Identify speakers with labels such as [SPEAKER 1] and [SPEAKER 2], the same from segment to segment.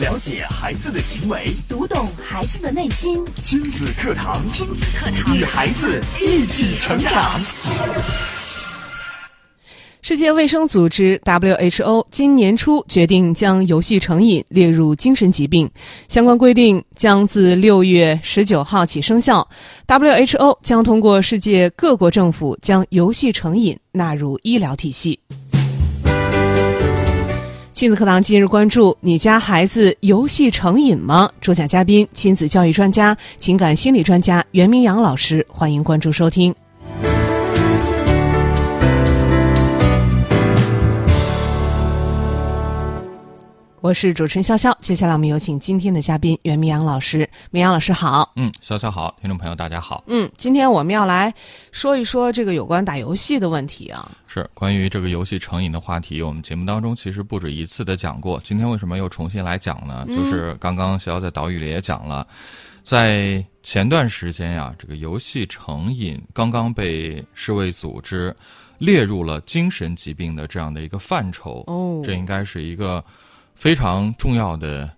[SPEAKER 1] 了解孩子的行为，
[SPEAKER 2] 读懂孩子的内心，
[SPEAKER 1] 亲子课堂，
[SPEAKER 2] 亲子课堂
[SPEAKER 1] 与孩子一起成长。
[SPEAKER 3] 世界卫生组织 （WHO） 今年初决定将游戏成瘾列入精神疾病，相关规定将自六月十九号起生效。WHO 将通过世界各国政府将游戏成瘾纳入医疗体系。亲子课堂今日关注：你家孩子游戏成瘾吗？主讲嘉宾：亲子教育专家、情感心理专家袁明阳老师，欢迎关注收听。我是主持人潇潇，接下来我们有请今天的嘉宾袁明阳老师。明阳老师好，
[SPEAKER 4] 嗯，潇潇好，听众朋友大家好，
[SPEAKER 3] 嗯，今天我们要来说一说这个有关打游戏的问题啊。
[SPEAKER 4] 是关于这个游戏成瘾的话题，我们节目当中其实不止一次的讲过。今天为什么又重新来讲呢？就是刚刚潇潇在岛屿里也讲了，在前段时间呀、这个游戏成瘾刚刚被世卫组织列入了精神疾病的这样的一个范畴。
[SPEAKER 3] 哦
[SPEAKER 4] 这应该是一个非常重要的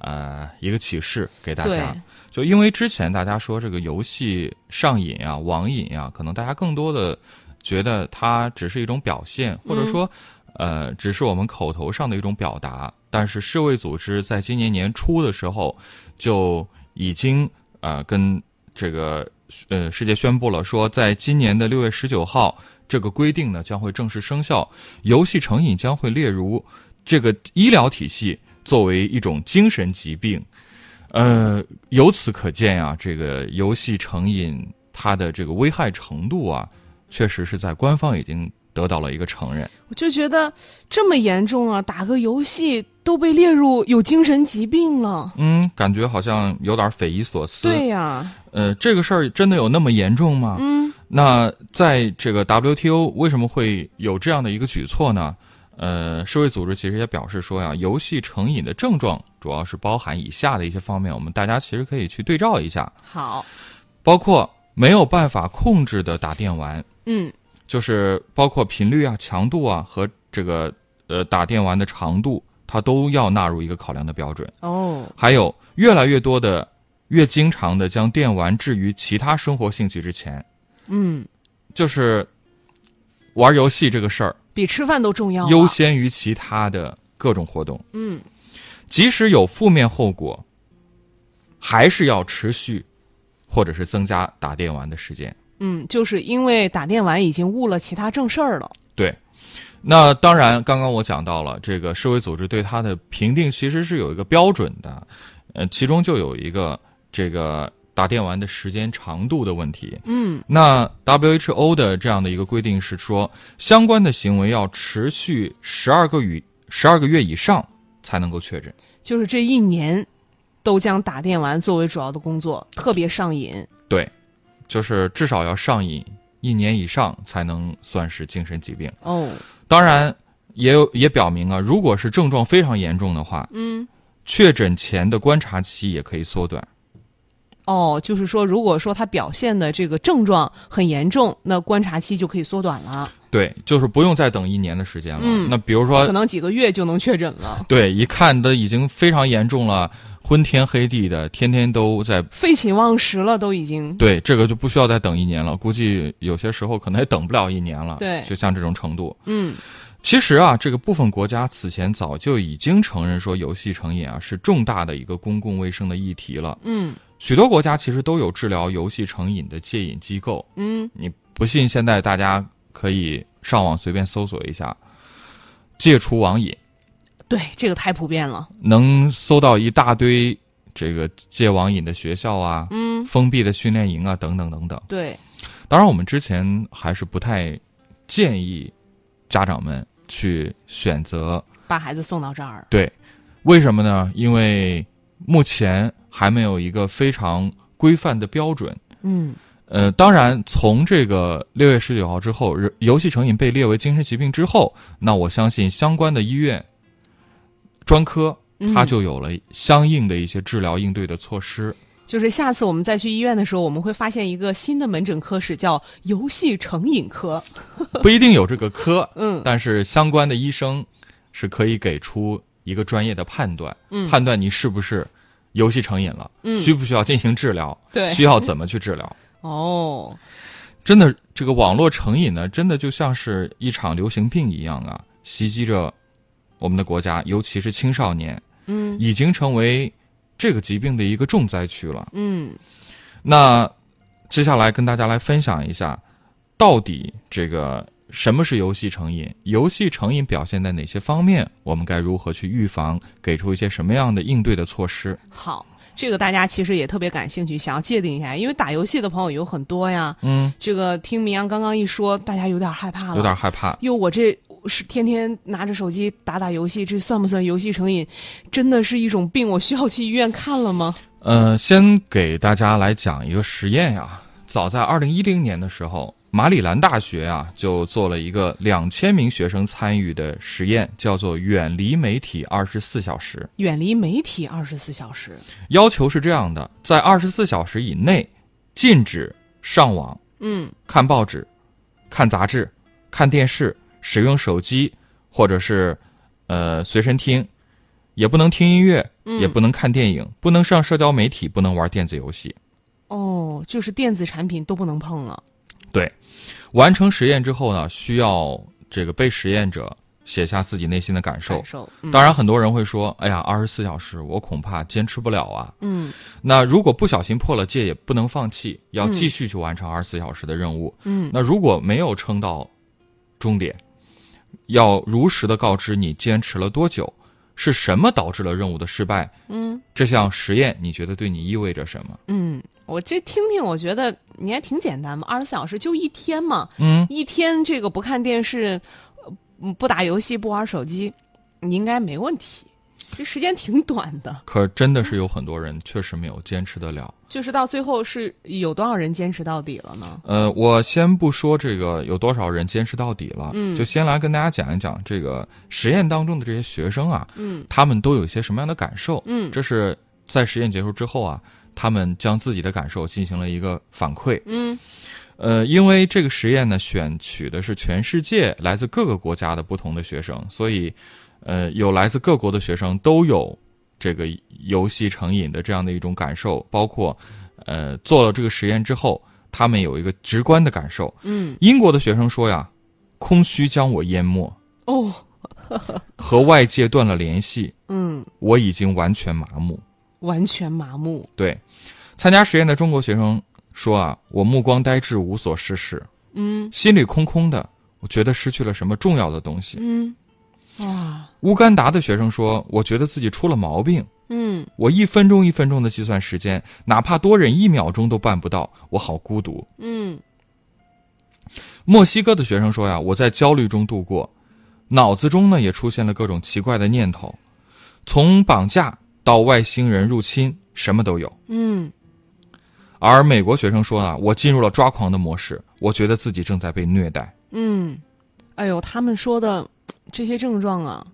[SPEAKER 4] 呃一个启示给大
[SPEAKER 3] 对
[SPEAKER 4] 家。就因为之前大家说这个游戏上瘾啊、网瘾啊，可能大家更多的觉得它只是一种表现，或者说，呃，只是我们口头上的一种表达。但是世卫组织在今年年初的时候就已经呃跟这个呃世界宣布了说，在今年的六月十九号，这个规定呢将会正式生效，游戏成瘾将会列入这个医疗体系作为一种精神疾病。呃，由此可见啊，这个游戏成瘾它的这个危害程度啊，确实是在官方已经得到了一个承认。
[SPEAKER 3] 我就觉得这么严重啊，打个游戏都被列入有精神疾病了。
[SPEAKER 4] 嗯，感觉好像有点匪夷所思。
[SPEAKER 3] 对呀、
[SPEAKER 4] 呃，这个事儿真的有那么严重吗？
[SPEAKER 3] 嗯，
[SPEAKER 4] 那在这个 WTO 为什么会有这样的一个举措呢？呃，世卫组织其实也表示说呀，游戏成瘾的症状主要是包含以下的一些方面，我们大家其实可以去对照一下，
[SPEAKER 3] 好，
[SPEAKER 4] 包括没有办法控制的打电玩，
[SPEAKER 3] 嗯，
[SPEAKER 4] 就是包括频率啊、强度啊和这个呃打电玩的长度，它都要纳入一个考量的标准。
[SPEAKER 3] 哦，
[SPEAKER 4] 还有越来越多的、越经常的将电玩置于其他生活兴趣之前，
[SPEAKER 3] 嗯，
[SPEAKER 4] 就是玩游戏这个事儿
[SPEAKER 3] 比吃饭都重要啊。
[SPEAKER 4] 优先于其他的各种活动，
[SPEAKER 3] 嗯，
[SPEAKER 4] 即使有负面后果，还是要持续或者是增加打电玩的时间。
[SPEAKER 3] 嗯，就是因为打电玩已经误了其他正事儿了。
[SPEAKER 4] 对，那当然，刚刚我讲到了这个世卫组织对它的评定其实是有一个标准的，呃，其中就有一个这个打电玩的时间长度的问题。
[SPEAKER 3] 嗯，
[SPEAKER 4] 那 WHO 的这样的一个规定是说，相关的行为要持续十二个与十二个月以上才能够确诊。
[SPEAKER 3] 就是这一年都将打电玩作为主要的工作，特别上瘾。
[SPEAKER 4] 对，就是至少要上瘾一年以上才能算是精神疾病。
[SPEAKER 3] 哦，
[SPEAKER 4] 当然，也有也表明啊，如果是症状非常严重的话，
[SPEAKER 3] 嗯，
[SPEAKER 4] 确诊前的观察期也可以缩短。
[SPEAKER 3] 哦，就是说，如果说他表现的这个症状很严重，那观察期就可以缩短了，
[SPEAKER 4] 对，就是不用再等一年的时间了。
[SPEAKER 3] 嗯
[SPEAKER 4] 那比如
[SPEAKER 3] 可
[SPEAKER 4] 说，
[SPEAKER 3] 能几个月就能确诊了，
[SPEAKER 4] 对，一看都已经非常严重了，昏天黑地的，天天都在。
[SPEAKER 3] 废寝忘食了，都已经。
[SPEAKER 4] 对，这个就不需要再等一年了，估计有些时候可能也等不了一年了。
[SPEAKER 3] 对
[SPEAKER 4] 就像这种程度。
[SPEAKER 3] 嗯，
[SPEAKER 4] 其实啊，这个部分国家此前早就已经承认说，游戏成瘾啊是重大的一个公共卫生的议题了。
[SPEAKER 3] 嗯
[SPEAKER 4] 许多国家其实都有治疗游戏成瘾的戒瘾机构。
[SPEAKER 3] 嗯，
[SPEAKER 4] 你不信，现在大家可以上网随便搜索一下，戒除网瘾，
[SPEAKER 3] 对，这个太普遍了。
[SPEAKER 4] 能搜到一大堆这个戒网瘾的学校啊、
[SPEAKER 3] 嗯，
[SPEAKER 4] 封闭的训练营啊等等等等。
[SPEAKER 3] 对，
[SPEAKER 4] 当然，我们之前还是不太建议家长们去选择，
[SPEAKER 3] 把孩子送到这儿，
[SPEAKER 4] 对，为什么呢？因为目前还没有一个非常规范的标准。
[SPEAKER 3] 嗯，
[SPEAKER 4] 呃，当然，从这个六月十九号之后，人游戏成瘾被列为精神疾病之后，那我相信相关的医院专科，
[SPEAKER 3] 嗯
[SPEAKER 4] 它就有了相应的一些治疗应对的措施。
[SPEAKER 3] 就是下次我们再去医院的时候，我们会发现一个新的门诊科室，叫游戏成瘾科。
[SPEAKER 4] 不一定有这个科，
[SPEAKER 3] 嗯，
[SPEAKER 4] 但是相关的医生是可以给出一个专业的判断，
[SPEAKER 3] 嗯
[SPEAKER 4] 判断你是不是游戏成瘾了，
[SPEAKER 3] 嗯
[SPEAKER 4] 需不需要进行治疗，
[SPEAKER 3] 对
[SPEAKER 4] 需要怎么去治疗。
[SPEAKER 3] 哦，
[SPEAKER 4] 真的，这个网络成瘾呢，真的就像是一场流行病一样啊，袭击着我们的国家，尤其是青少年，
[SPEAKER 3] 嗯
[SPEAKER 4] 已经成为这个疾病的一个重灾区了。
[SPEAKER 3] 嗯
[SPEAKER 4] 那接下来跟大家来分享一下，到底这个什么是游戏成瘾？游戏成瘾表现在哪些方面？我们该如何去预防？给出一些什么样的应对的措施？
[SPEAKER 3] 好，这个大家其实也特别感兴趣，想要界定一下，因为打游戏的朋友有很多呀。
[SPEAKER 4] 嗯，
[SPEAKER 3] 这个听明阳刚刚一说，大家有点害怕了，
[SPEAKER 4] 有点害怕。
[SPEAKER 3] 哟，我这是天天拿着手机打打游戏，这算不算游戏成瘾？真的是一种病，我需要去医院看了吗？
[SPEAKER 4] 呃，先给大家来讲一个实验呀。早在二零一零年的时候，马里兰大学啊就做了一个两千名学生参与的实验，叫做“远离媒体二十四小时”。
[SPEAKER 3] 远离媒体二十四小时。
[SPEAKER 4] 要求是这样的：在二十四小时以内，禁止上网、
[SPEAKER 3] 嗯
[SPEAKER 4] 看报纸、看杂志、看电视、使用手机，或者是呃随身听，也不能听音乐，
[SPEAKER 3] 嗯
[SPEAKER 4] 也不能看电影，不能上社交媒体，不能玩电子游戏。
[SPEAKER 3] 哦，就是电子产品都不能碰了。
[SPEAKER 4] 对，完成实验之后呢，需要这个被实验者写下自己内心的感受
[SPEAKER 3] 感。受。嗯、
[SPEAKER 4] 当然，很多人会说：“哎呀，二十四小时我恐怕坚持不了啊。”
[SPEAKER 3] 嗯
[SPEAKER 4] 那如果不小心破了戒，也不能放弃，要
[SPEAKER 3] 嗯
[SPEAKER 4] 继续去完成二十四小时的任务。
[SPEAKER 3] 嗯
[SPEAKER 4] 那如果没有撑到终点，要如实的告知你坚持了多久，是什么导致了任务的失败，
[SPEAKER 3] 嗯
[SPEAKER 4] 这项实验你觉得对你意味着什么？
[SPEAKER 3] 嗯，我这听听，我觉得你还挺简单嘛，二十四小时就一天嘛，
[SPEAKER 4] 嗯，
[SPEAKER 3] 一天这个不看电视，呃嗯不打游戏，不玩手机，你应该没问题。这时间挺短的，
[SPEAKER 4] 可真的是有很多人确实没有坚持得了。
[SPEAKER 3] 就是到最后是有多少人坚持到底了呢？
[SPEAKER 4] 呃，我先不说这个有多少人坚持到底了，
[SPEAKER 3] 嗯
[SPEAKER 4] 就先来跟大家讲一讲这个实验当中的这些学生啊，
[SPEAKER 3] 嗯
[SPEAKER 4] 他们都有一些什么样的感受？
[SPEAKER 3] 嗯
[SPEAKER 4] 这是在实验结束之后啊，他们将自己的感受进行了一个反馈。
[SPEAKER 3] 嗯
[SPEAKER 4] 呃，因为这个实验呢，选取的是全世界来自各个国家的不同的学生，所以，呃，有来自各国的学生都有这个游戏成瘾的这样的一种感受，包括，呃，做了这个实验之后，他们有一个直观的感受。
[SPEAKER 3] 嗯，
[SPEAKER 4] 英国的学生说呀，空虚将我淹没，
[SPEAKER 3] 哦，
[SPEAKER 4] 和外界断了联系，
[SPEAKER 3] 嗯，
[SPEAKER 4] 我已经完全麻木。
[SPEAKER 3] 完全麻木，
[SPEAKER 4] 对，参加实验的中国学生说啊，我目光呆滞，无所事事，
[SPEAKER 3] 嗯
[SPEAKER 4] 心里空空的，我觉得失去了什么重要的东西。
[SPEAKER 3] 嗯，哇，
[SPEAKER 4] 乌干达的学生说，我觉得自己出了毛病，
[SPEAKER 3] 嗯
[SPEAKER 4] 我一分钟一分钟的计算时间，哪怕多忍一秒钟都办不到，我好孤独。
[SPEAKER 3] 嗯
[SPEAKER 4] 墨西哥的学生说呀，我在焦虑中度过，脑子中呢也出现了各种奇怪的念头，从绑架到外星人入侵，什么都有。
[SPEAKER 3] 嗯，
[SPEAKER 4] 而美国学生说呢，我进入了抓狂的模式，我觉得自己正在被虐待。
[SPEAKER 3] 嗯，哎呦，他们说的这些症状啊，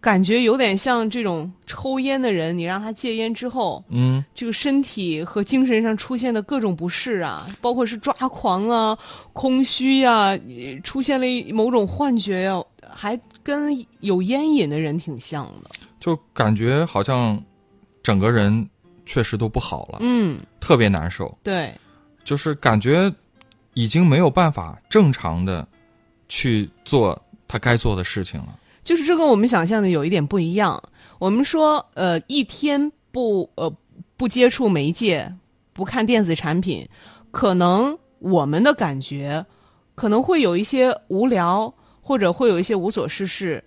[SPEAKER 3] 感觉有点像这种抽烟的人，你让他戒烟之后，
[SPEAKER 4] 嗯，
[SPEAKER 3] 这个身体和精神上出现的各种不适啊，包括是抓狂啊、空虚呀、呃出现了一某种幻觉呀、还跟有烟瘾的人挺像的。
[SPEAKER 4] 就感觉好像整个人确实都不好了，
[SPEAKER 3] 嗯，
[SPEAKER 4] 特别难受，
[SPEAKER 3] 对，
[SPEAKER 4] 就是感觉已经没有办法正常的去做他该做的事情了。
[SPEAKER 3] 就是这跟我们想象的有一点不一样。我们说，呃，一天不呃不接触媒介，不看电子产品，可能我们的感觉可能会有一些无聊，或者会有一些无所事事。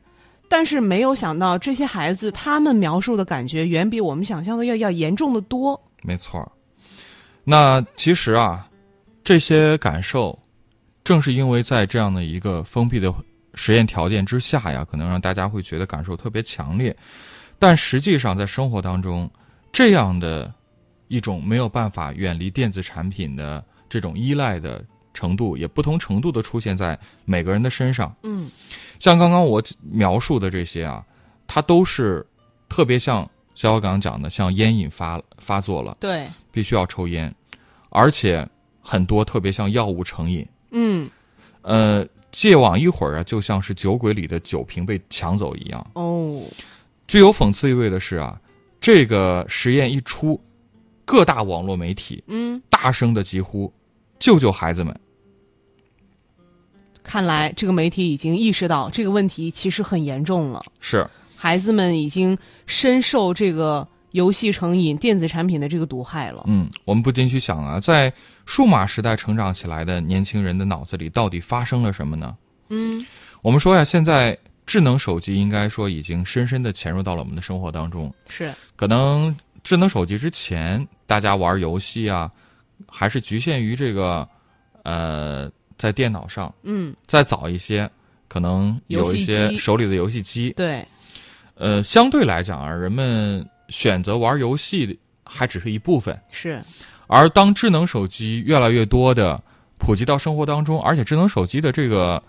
[SPEAKER 3] 但是没有想到，这些孩子他们描述的感觉远比我们想象的要要严重的多。
[SPEAKER 4] 没错儿。那其实啊，这些感受，正是因为在这样的一个封闭的实验条件之下呀，可能让大家会觉得感受特别强烈。但实际上，在生活当中，这样的一种没有办法远离电子产品的这种依赖的程度，也不同程度的出现在每个人的身上。
[SPEAKER 3] 嗯
[SPEAKER 4] 像刚刚我描述的这些啊，它都是特别像肖小刚讲的，像烟瘾发发作了。
[SPEAKER 3] 对，
[SPEAKER 4] 必须要抽烟，而且很多特别像药物成瘾。
[SPEAKER 3] 嗯
[SPEAKER 4] 呃，戒网一会儿啊，就像是酒鬼里的酒瓶被抢走一样。
[SPEAKER 3] 哦，
[SPEAKER 4] 具有讽刺意味的是啊，这个实验一出，各大网络媒体
[SPEAKER 3] 嗯，
[SPEAKER 4] 大声的疾呼：“救救孩子们
[SPEAKER 3] 看来这个媒体已经意识到这个问题其实很严重了，！”
[SPEAKER 4] 是，
[SPEAKER 3] 孩子们已经深受这个游戏成瘾、电子产品的这个毒害了。
[SPEAKER 4] 嗯，我们不禁去想啊，在数码时代成长起来的年轻人的脑子里到底发生了什么呢？
[SPEAKER 3] 嗯，
[SPEAKER 4] 我们说呀，现在智能手机应该说已经深深的潜入到了我们的生活当中。
[SPEAKER 3] 是，
[SPEAKER 4] 可能智能手机之前，大家玩游戏啊，还是局限于这个，呃，在电脑上。
[SPEAKER 3] 嗯，
[SPEAKER 4] 再早一些，可能有一
[SPEAKER 3] 游戏
[SPEAKER 4] 些
[SPEAKER 3] 机
[SPEAKER 4] 手里的游戏机。
[SPEAKER 3] 对，
[SPEAKER 4] 呃，相对来讲啊，人们选择玩游戏的还只是一部分。
[SPEAKER 3] 是，
[SPEAKER 4] 而当智能手机越来越多的普及到生活当中，而且智能手机的这个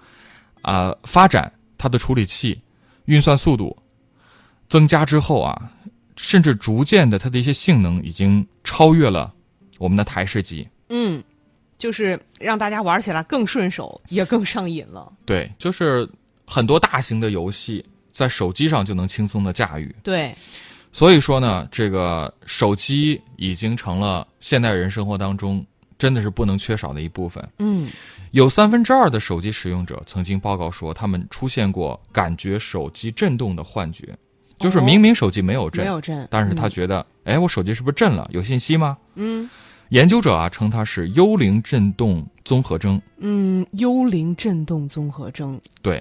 [SPEAKER 4] 啊、发展，它的处理器、运算速度增加之后啊，甚至逐渐的它的一些性能已经超越了我们的台式机。
[SPEAKER 3] 嗯，就是让大家玩起来更顺手，也更上瘾了。
[SPEAKER 4] 对，就是很多大型的游戏在手机上就能轻松的驾驭。
[SPEAKER 3] 对，
[SPEAKER 4] 所以说呢，这个手机已经成了现代人生活当中真的是不能缺少的一部分。
[SPEAKER 3] 嗯，
[SPEAKER 4] 有三分之二的手机使用者曾经报告说，他们出现过感觉手机震动的幻觉，就是明明手机没有震，
[SPEAKER 3] 哦没有震，
[SPEAKER 4] 但是他觉得，哎、我手机是不是震了？有信息吗？
[SPEAKER 3] 嗯
[SPEAKER 4] 研究者啊称它是幽灵震动综合征。
[SPEAKER 3] 嗯，幽灵震动综合征，
[SPEAKER 4] 对，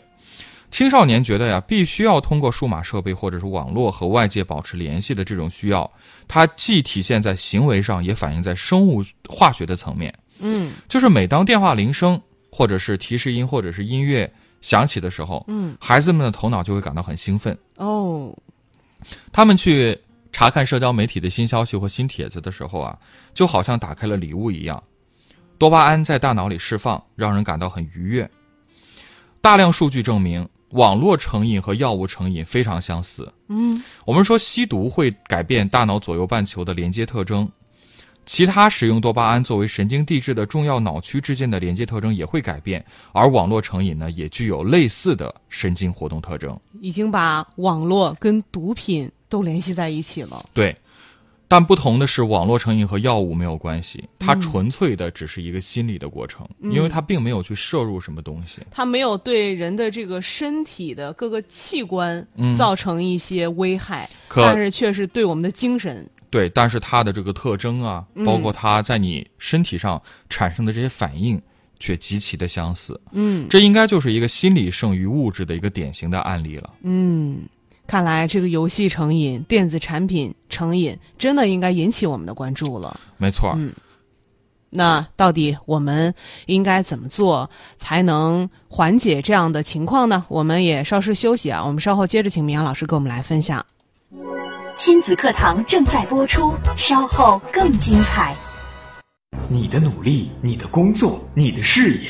[SPEAKER 4] 青少年觉得呀、必须要通过数码设备或者是网络和外界保持联系的这种需要，它既体现在行为上，也反映在生物化学的层面。
[SPEAKER 3] 嗯
[SPEAKER 4] 就是每当电话铃声或者是提示音或者是音乐响起的时候，
[SPEAKER 3] 嗯，
[SPEAKER 4] 孩子们的头脑就会感到很兴奋。
[SPEAKER 3] 哦，
[SPEAKER 4] 他们去查看社交媒体的新消息或新帖子的时候啊，就好像打开了礼物一样，多巴胺在大脑里释放，让人感到很愉悦。大量数据证明，网络成瘾和药物成瘾非常相似。
[SPEAKER 3] 嗯
[SPEAKER 4] 我们说吸毒会改变大脑左右半球的连接特征，其他使用多巴胺作为神经递质的重要脑区之间的连接特征也会改变，而网络成瘾呢也具有类似的神经活动特征。
[SPEAKER 3] 已经把网络跟毒品都联系在一起了。
[SPEAKER 4] 对，但不同的是，网络成瘾和药物没有关系，它
[SPEAKER 3] 嗯
[SPEAKER 4] 纯粹的只是一个心理的过程，因为它并没有去摄入什么东西。
[SPEAKER 3] 它没有对人的这个身体的各个器官
[SPEAKER 4] 嗯
[SPEAKER 3] 造成一些危害，
[SPEAKER 4] 可
[SPEAKER 3] 但是却是对我们的精神，
[SPEAKER 4] 对，但是它的这个特征啊，
[SPEAKER 3] 嗯
[SPEAKER 4] 包括它在你身体上产生的这些反应，却极其的相似。
[SPEAKER 3] 嗯
[SPEAKER 4] 这应该就是一个心理胜于物质的一个典型的案例了。
[SPEAKER 3] 嗯，看来这个游戏成瘾、电子产品成瘾，真的应该引起我们的关注了。
[SPEAKER 4] 没错儿，
[SPEAKER 3] 嗯那到底我们应该怎么做才能缓解这样的情况呢？我们也稍事休息啊，我们稍后接着请明阳老师给我们来分享。
[SPEAKER 2] 亲子课堂正在播出，稍后更精彩。
[SPEAKER 1] 你的努力，你的工作，你的事业，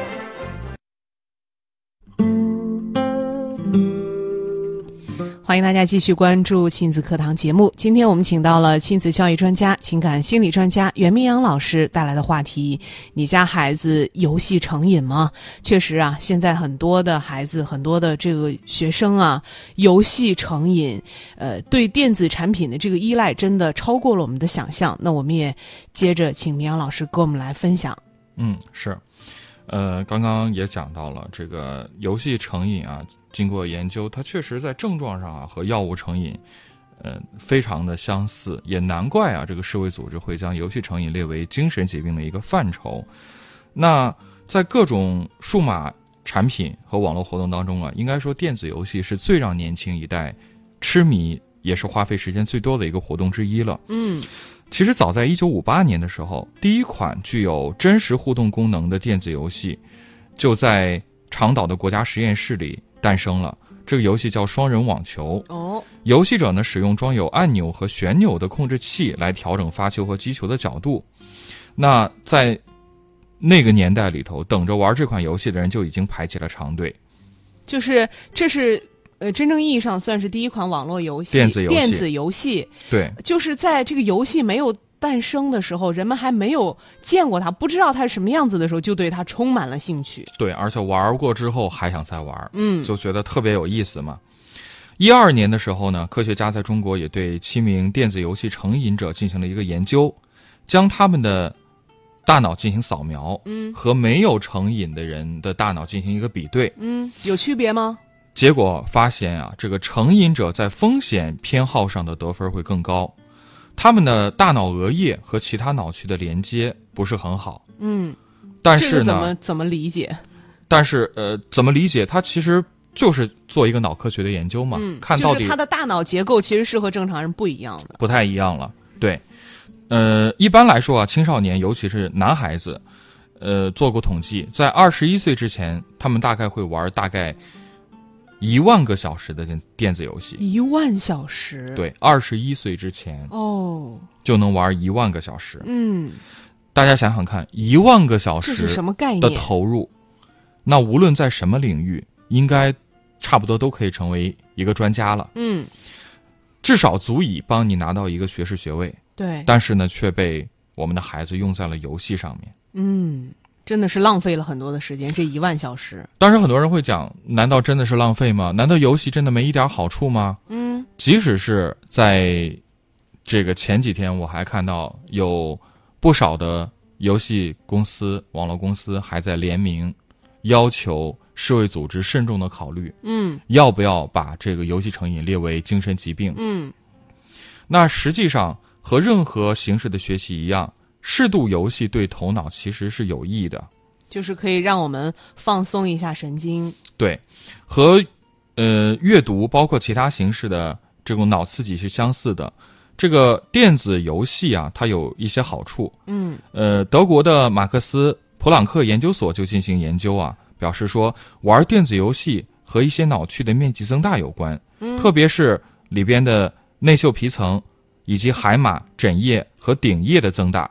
[SPEAKER 3] 欢迎大家继续关注亲子课堂节目。今天我们请到了亲子教育专家、情感心理专家袁明阳老师带来的话题：你家孩子游戏成瘾吗？确实啊，现在很多的孩子，很多的这个学生啊，游戏成瘾，呃，对电子产品的这个依赖真的超过了我们的想象。那我们也接着请明阳老师跟我们来分享。
[SPEAKER 4] 嗯，是，呃，刚刚也讲到了这个游戏成瘾啊，经过研究，它确实在症状上啊和药物成瘾，呃，非常的相似，也难怪啊，这个世卫组织会将游戏成瘾列为精神疾病的一个范畴。那在各种数码产品和网络活动当中啊，应该说电子游戏是最让年轻一代痴迷，也是花费时间最多的一个活动之一了。
[SPEAKER 3] 嗯
[SPEAKER 4] 其实早在1958年的时候，第一款具有真实互动功能的电子游戏，就在长岛的国家实验室里诞生了。这个游戏叫双人网球，
[SPEAKER 3] 哦，
[SPEAKER 4] 游戏者呢使用装有按钮和旋钮的控制器来调整发球和击球的角度。那在那个年代里头，等着玩这款游戏的人就已经排起了长队。
[SPEAKER 3] 就是这是呃真正意义上算是第一款网络游戏，
[SPEAKER 4] 电子游戏
[SPEAKER 3] 电子游戏
[SPEAKER 4] 对，
[SPEAKER 3] 就是在这个游戏没有诞生的时候，人们还没有见过它，不知道它是什么样子的时候，就对它充满了兴趣。
[SPEAKER 4] 对，而且玩过之后还想再玩，
[SPEAKER 3] 嗯
[SPEAKER 4] 就觉得特别有意思嘛。一二年的时候呢，科学家在中国也对七名电子游戏成瘾者进行了一个研究，将他们的大脑进行扫描，
[SPEAKER 3] 嗯
[SPEAKER 4] 和没有成瘾的人的大脑进行一个比对，
[SPEAKER 3] 嗯，有区别吗？
[SPEAKER 4] 结果发现啊，这个成瘾者在风险偏好上的得分会更高，他们的大脑额叶和其他脑区的连接不是很好，
[SPEAKER 3] 嗯，
[SPEAKER 4] 但
[SPEAKER 3] 这
[SPEAKER 4] 是
[SPEAKER 3] 个怎么
[SPEAKER 4] 呢，
[SPEAKER 3] 怎么理解？
[SPEAKER 4] 但是呃，怎么理解？它其实就是做一个脑科学的研究嘛，
[SPEAKER 3] 嗯，
[SPEAKER 4] 看到
[SPEAKER 3] 就
[SPEAKER 4] 底
[SPEAKER 3] 是它的大脑结构其实是和正常人不一样的。
[SPEAKER 4] 不太一样了。对，呃，一般来说啊，青少年尤其是男孩子，呃，做过统计，在二十一岁之前，他们大概会玩大概一万个小时的电电子游戏。
[SPEAKER 3] 一万小时，，
[SPEAKER 4] 对，二十一岁之前
[SPEAKER 3] 哦，
[SPEAKER 4] 就能玩一万个小时。
[SPEAKER 3] 嗯，
[SPEAKER 4] 大家想想看，一万个小
[SPEAKER 3] 这是
[SPEAKER 4] 时
[SPEAKER 3] 什么概
[SPEAKER 4] 的
[SPEAKER 3] 念？
[SPEAKER 4] 投入，那无论在什么领域，应该差不多都可以成为一个专家了，
[SPEAKER 3] 嗯，
[SPEAKER 4] 至少足以帮你拿到一个学士学位。
[SPEAKER 3] 对，
[SPEAKER 4] 但是呢，却被我们的孩子用在了游戏上面。
[SPEAKER 3] 嗯，真的是浪费了很多的时间，这一万小时，
[SPEAKER 4] 当时很多人会讲：难道真的是浪费吗？难道游戏真的没一点好处吗？
[SPEAKER 3] 嗯
[SPEAKER 4] 即使是在这个前几天，我还看到有不少的游戏公司、网络公司还在联名要求世卫组织慎重的考虑，
[SPEAKER 3] 嗯
[SPEAKER 4] 要不要把这个游戏成瘾列为精神疾病。
[SPEAKER 3] 嗯，
[SPEAKER 4] 那实际上和任何形式的学习一样，适度游戏对头脑其实是有益的。
[SPEAKER 3] 就是可以让我们放松一下神经，
[SPEAKER 4] 对，和呃阅读包括其他形式的这种脑刺激是相似的。这个电子游戏啊，它有一些好处。
[SPEAKER 3] 嗯
[SPEAKER 4] 呃，德国的马克思普朗克研究所就进行研究啊，表示说玩电子游戏和一些脑区的面积增大有关，
[SPEAKER 3] 嗯，
[SPEAKER 4] 特别是里边的内嗅皮层以及海马、枕叶和顶叶的增大，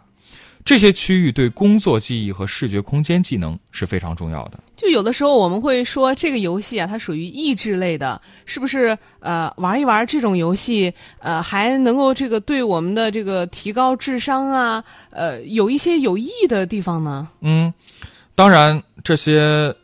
[SPEAKER 4] 这些区域对工作记忆和视觉空间技能是非常重要的。
[SPEAKER 3] 就有的时候我们会说这个游戏啊，它属于益智类的，是不是？呃，玩一玩这种游戏，呃，还能够这个对我们的这个提高智商啊，呃，有一些有益的地方呢？
[SPEAKER 4] 嗯，当然这些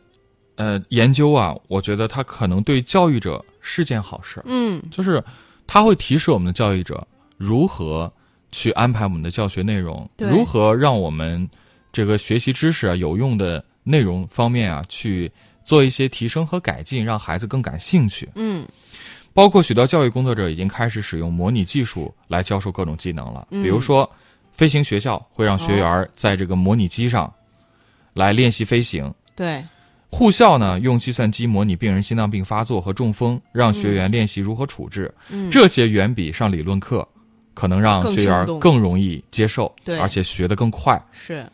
[SPEAKER 4] 呃研究啊，我觉得它可能对教育者是件好事儿，
[SPEAKER 3] 嗯
[SPEAKER 4] 就是它会提示我们的教育者如何去安排我们的教学内容，
[SPEAKER 3] 对
[SPEAKER 4] 如何让我们这个学习知识啊有用的内容方面啊去做一些提升和改进，让孩子更感兴趣。
[SPEAKER 3] 嗯
[SPEAKER 4] 包括许多教育工作者已经开始使用模拟技术来教授各种技能了，
[SPEAKER 3] 嗯
[SPEAKER 4] 比如说，飞行学校会让学员儿在这个模拟机上来练习飞行。
[SPEAKER 3] 对，
[SPEAKER 4] 护校呢，用计算机模拟病人心脏病发作和中风，让学员练习如何处置。
[SPEAKER 3] 嗯，
[SPEAKER 4] 这些远比上理论课可能让
[SPEAKER 3] 更
[SPEAKER 4] 学员儿
[SPEAKER 3] 生动
[SPEAKER 4] 更容易接受，
[SPEAKER 3] 对
[SPEAKER 4] 而且学得更快。
[SPEAKER 3] 是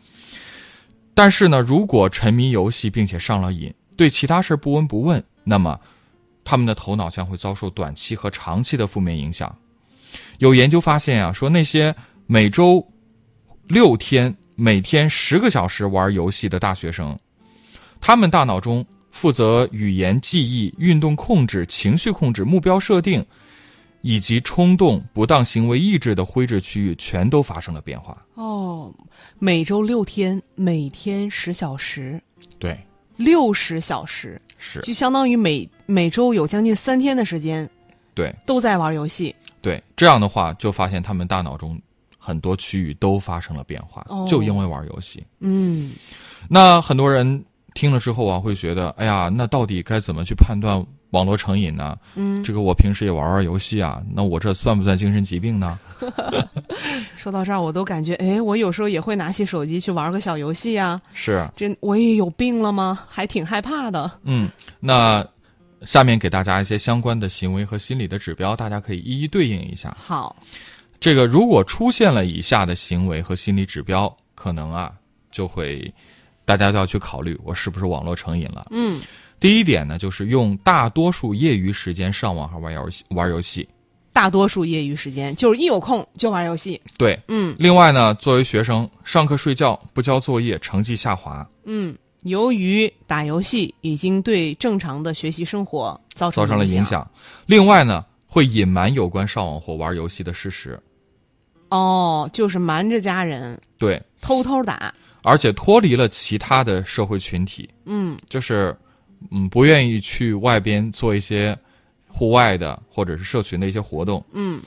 [SPEAKER 4] 但是呢，如果沉迷游戏并且上了瘾，对其他事儿不闻不问，那么他们的头脑将会遭受短期和长期的负面影响。有研究发现啊，说那些每周六天、每天十个小时玩游戏的大学生，他们大脑中负责语言、记忆、运动控制、情绪控制、目标设定以及冲动、不当行为抑制的灰质区域全都发生了变化。
[SPEAKER 3] 哦，每周六天，每天十小时，
[SPEAKER 4] 对，
[SPEAKER 3] 六十小时，
[SPEAKER 4] 是
[SPEAKER 3] 就相当于每每周有将近三天的时间
[SPEAKER 4] 对。
[SPEAKER 3] 都在玩游戏。
[SPEAKER 4] 对，这样的话就发现他们大脑中很多区域都发生了变化，
[SPEAKER 3] 哦
[SPEAKER 4] 就因为玩游戏。
[SPEAKER 3] 嗯
[SPEAKER 4] 那很多人听了之后啊，会觉得，哎呀，那到底该怎么去判断网络成瘾呢？
[SPEAKER 3] 嗯，
[SPEAKER 4] 这个我平时也玩玩游戏啊，那我这算不算精神疾病呢？
[SPEAKER 3] 说到这儿，我都感觉，哎，我有时候也会拿起手机去玩个小游戏呀、
[SPEAKER 4] 是，
[SPEAKER 3] 这我也有病了吗？还挺害怕的。
[SPEAKER 4] 嗯，那下面给大家一些相关的行为和心理的指标，大家可以一一对应一下。
[SPEAKER 3] 好，
[SPEAKER 4] 这个如果出现了以下的行为和心理指标，可能啊就会大家都要去考虑，我是不是网络成瘾了。
[SPEAKER 3] 嗯
[SPEAKER 4] 第一点呢，就是用大多数业余时间上网和玩游戏玩游戏，
[SPEAKER 3] 大多数业余时间就是一有空就玩游戏。
[SPEAKER 4] 对，
[SPEAKER 3] 嗯
[SPEAKER 4] 另外呢，作为学生，上课睡觉、不交作业，成绩下滑，
[SPEAKER 3] 嗯，由于打游戏已经对正常的学习生活造成
[SPEAKER 4] 造成了影
[SPEAKER 3] 影。
[SPEAKER 4] 响。另外呢，会隐瞒有关上网或玩游戏的事实，
[SPEAKER 3] 哦，就是瞒着家人
[SPEAKER 4] 对，
[SPEAKER 3] 偷偷打。
[SPEAKER 4] 而且脱离了其他的社会群体，
[SPEAKER 3] 嗯
[SPEAKER 4] 就是嗯，不愿意去外边做一些户外的或者是社群的一些活动。
[SPEAKER 3] 嗯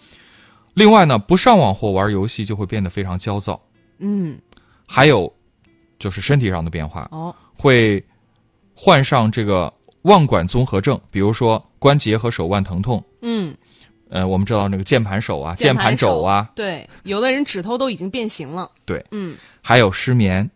[SPEAKER 4] 另外呢，不上网或玩游戏就会变得非常焦躁，
[SPEAKER 3] 嗯，
[SPEAKER 4] 还有就是身体上的变化，
[SPEAKER 3] 哦，
[SPEAKER 4] 会患上这个腕管综合症，比如说关节和手腕疼痛。
[SPEAKER 3] 嗯，
[SPEAKER 4] 呃，我们知道那个键盘手啊、键
[SPEAKER 3] 键
[SPEAKER 4] 盘
[SPEAKER 3] 盘
[SPEAKER 4] 肘啊，
[SPEAKER 3] 对，有的人指头都已经变形了。
[SPEAKER 4] 对，
[SPEAKER 3] 嗯，
[SPEAKER 4] 还有失眠，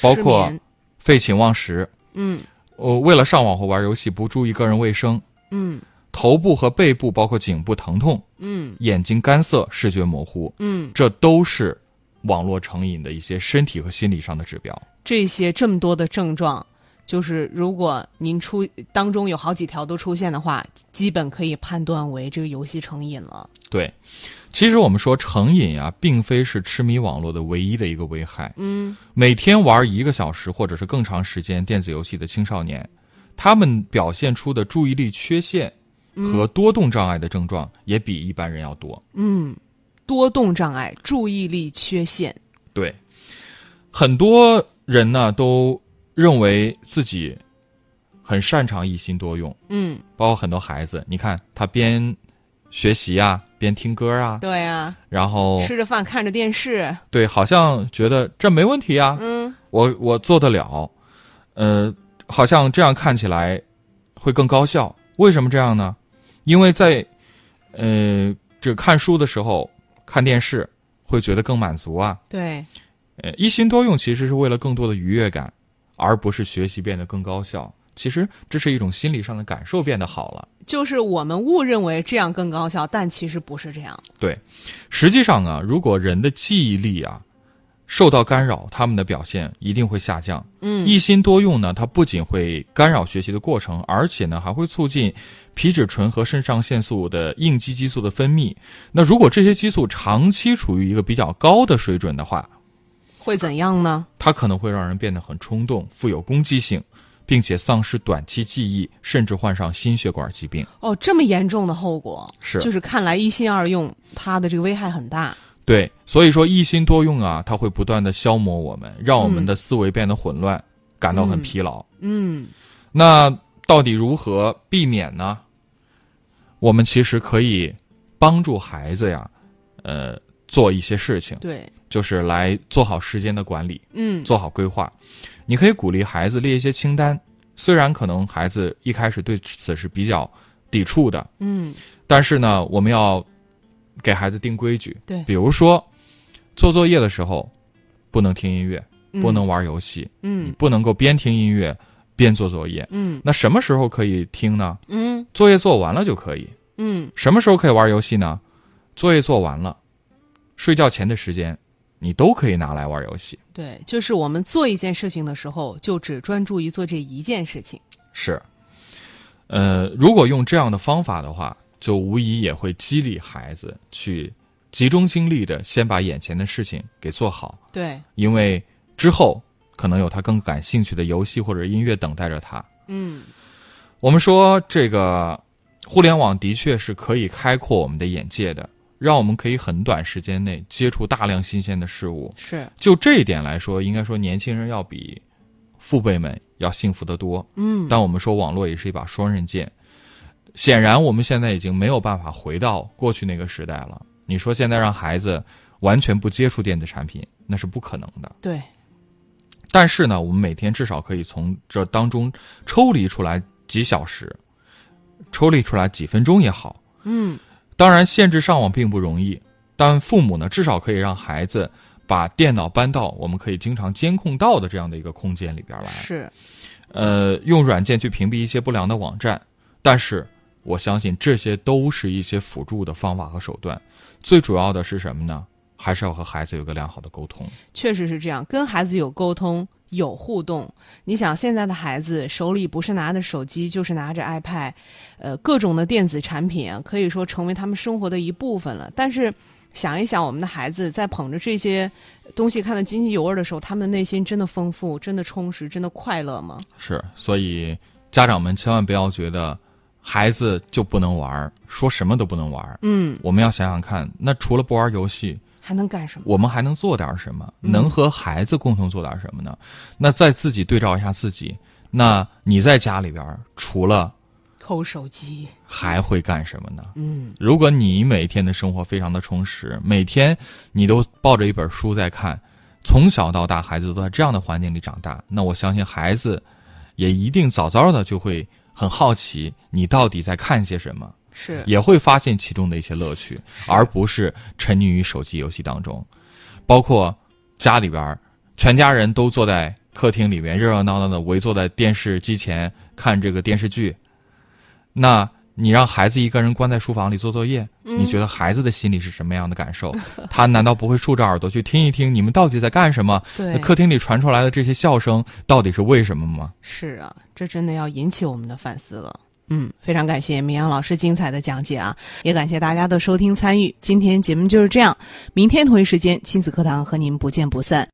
[SPEAKER 4] 包
[SPEAKER 3] 失
[SPEAKER 4] 括
[SPEAKER 3] 眠
[SPEAKER 4] 废寝忘食。
[SPEAKER 3] 嗯
[SPEAKER 4] 呃，为了上网或玩游戏，不注意个人卫生，
[SPEAKER 3] 嗯
[SPEAKER 4] 头部和背部包括颈部疼痛，
[SPEAKER 3] 嗯
[SPEAKER 4] 眼睛干涩、视觉模糊，
[SPEAKER 3] 嗯，
[SPEAKER 4] 这都是网络成瘾的一些身体和心理上的指标。
[SPEAKER 3] 这些这么多的症状，就是如果您出当中有好几条都出现的话，基本可以判断为这个游戏成瘾了。
[SPEAKER 4] 对，其实我们说成瘾啊，并非是痴迷网络的唯一的一个危害。
[SPEAKER 3] 嗯
[SPEAKER 4] 每天玩一个小时或者是更长时间电子游戏的青少年，他们表现出的注意力缺陷和多动障碍的症状也比一般人要多。
[SPEAKER 3] 嗯，多动障碍、注意力缺陷，
[SPEAKER 4] 对，很多人呢都认为自己很擅长一心多用，
[SPEAKER 3] 嗯，
[SPEAKER 4] 包括很多孩子，你看他边学习啊，边听歌啊，
[SPEAKER 3] 对啊，
[SPEAKER 4] 然后
[SPEAKER 3] 吃着饭看着电视，
[SPEAKER 4] 对，好像觉得这没问题啊，
[SPEAKER 3] 嗯
[SPEAKER 4] 我我做得了，呃，好像这样看起来会更高效。为什么这样呢？因为在呃这看书的时候看电视会觉得更满足啊。
[SPEAKER 3] 对，
[SPEAKER 4] 呃，一心多用其实是为了更多的愉悦感，而不是学习变得更高效。其实这是一种心理上的感受变得好了。
[SPEAKER 3] 就是我们误认为这样更高效，但其实不是这样。
[SPEAKER 4] 对，实际上啊，如果人的记忆力啊受到干扰，他们的表现一定会下降。
[SPEAKER 3] 嗯
[SPEAKER 4] 一心多用呢，它不仅会干扰学习的过程，而且呢还会促进皮质醇和肾上腺素的应激激素的分泌。那如果这些激素长期处于一个比较高的水准的话，
[SPEAKER 3] 会怎样呢？
[SPEAKER 4] 它可能会让人变得很冲动，富有攻击性，并且丧失短期记忆，甚至患上心血管疾病。
[SPEAKER 3] 哦，这么严重的后果
[SPEAKER 4] 是
[SPEAKER 3] 就是看来一心二用，它的这个危害很大。
[SPEAKER 4] 对，所以说一心多用啊，它会不断的消磨我们，让我们的思维变得混乱，感到很疲劳。
[SPEAKER 3] 嗯
[SPEAKER 4] 那到底如何避免呢？我们其实可以帮助孩子呀，呃，做一些事情，
[SPEAKER 3] 对，
[SPEAKER 4] 就是来做好时间的管理，
[SPEAKER 3] 嗯
[SPEAKER 4] 做好规划。你可以鼓励孩子列一些清单，虽然可能孩子一开始对此是比较抵触的，
[SPEAKER 3] 嗯
[SPEAKER 4] 但是呢，我们要给孩子定规矩，
[SPEAKER 3] 对
[SPEAKER 4] 比如说做作业的时候不能听音乐，不能玩游戏，你
[SPEAKER 3] 嗯
[SPEAKER 4] 不能够边听音乐边做作业。
[SPEAKER 3] 嗯
[SPEAKER 4] 那什么时候可以听呢？
[SPEAKER 3] 嗯
[SPEAKER 4] 作业做完了就可以。
[SPEAKER 3] 嗯
[SPEAKER 4] 什么时候可以玩游戏呢？作业做完了，睡觉前的时间，你都可以拿来玩游戏。
[SPEAKER 3] 对，就是我们做一件事情的时候，就只专注于做这一件事情。
[SPEAKER 4] 是，呃，如果用这样的方法的话，就无疑也会激励孩子去集中精力的先把眼前的事情给做好，
[SPEAKER 3] 对，
[SPEAKER 4] 因为之后可能有他更感兴趣的游戏或者音乐等待着他。
[SPEAKER 3] 嗯
[SPEAKER 4] 我们说这个互联网的确是可以开阔我们的眼界的，让我们可以很短时间内接触大量新鲜的事物。
[SPEAKER 3] 是，
[SPEAKER 4] 就这一点来说，应该说年轻人要比父辈们要幸福得多。
[SPEAKER 3] 嗯
[SPEAKER 4] 但我们说网络也是一把双刃剑，显然我们现在已经没有办法回到过去那个时代了。你说现在让孩子完全不接触电子产品，那是不可能的。
[SPEAKER 3] 对，
[SPEAKER 4] 但是呢，我们每天至少可以从这当中抽离出来几小时，抽离出来几分钟也好。
[SPEAKER 3] 嗯
[SPEAKER 4] 当然，限制上网并不容易，但父母呢，至少可以让孩子把电脑搬到我们可以经常监控到的这样的一个空间里边来。
[SPEAKER 3] 是，
[SPEAKER 4] 呃，用软件去屏蔽一些不良的网站，但是我相信这些都是一些辅助的方法和手段，最主要的是什么呢？还是要和孩子有个良好的沟通。
[SPEAKER 3] 确实是这样。跟孩子有沟通，有互动。你想，现在的孩子手里不是拿着手机，就是拿着 iPad，呃，各种的电子产品啊，可以说成为他们生活的一部分了。但是，想一想，我们的孩子在捧着这些东西看得津津有味的时候，他们的内心真的丰富、真的充实、真的快乐吗？
[SPEAKER 4] 是，所以家长们千万不要觉得孩子就不能玩儿，说什么都不能玩儿。
[SPEAKER 3] 嗯，
[SPEAKER 4] 我们要想想看，那除了不玩儿游戏，
[SPEAKER 3] 还能干什么？
[SPEAKER 4] 我们还能做点什么？能和孩子共同做点什么呢？那再自己对照一下自己，那你在家里边儿除了
[SPEAKER 3] 抠手机。
[SPEAKER 4] 还会干什么呢？
[SPEAKER 3] 嗯，
[SPEAKER 4] 如果你每天的生活非常的充实，每天你都抱着一本书在看，从小到大孩子都在这样的环境里长大，那我相信孩子也一定早早的就会很好奇你到底在看些什么，
[SPEAKER 3] 是
[SPEAKER 4] 也会发现其中的一些乐趣，而不是沉溺于手机游戏当中。包括家里边儿，全家人都坐在客厅里面热热闹闹的围坐在电视机前看这个电视剧，那你让孩子一个人关在书房里做作业，你觉得孩子的心里是什么样的感受？ 他难道不会竖着耳朵去听一听你们到底在干什么？
[SPEAKER 3] 对
[SPEAKER 4] 那客厅里传出来的这些笑声到底是为什么吗？
[SPEAKER 3] 是啊，这真的要引起我们的反思了。嗯，非常感谢明阳老师精彩的讲解啊，也感谢大家的收听参与。今天节目就是这样，明天同一时间亲子课堂和您不见不散。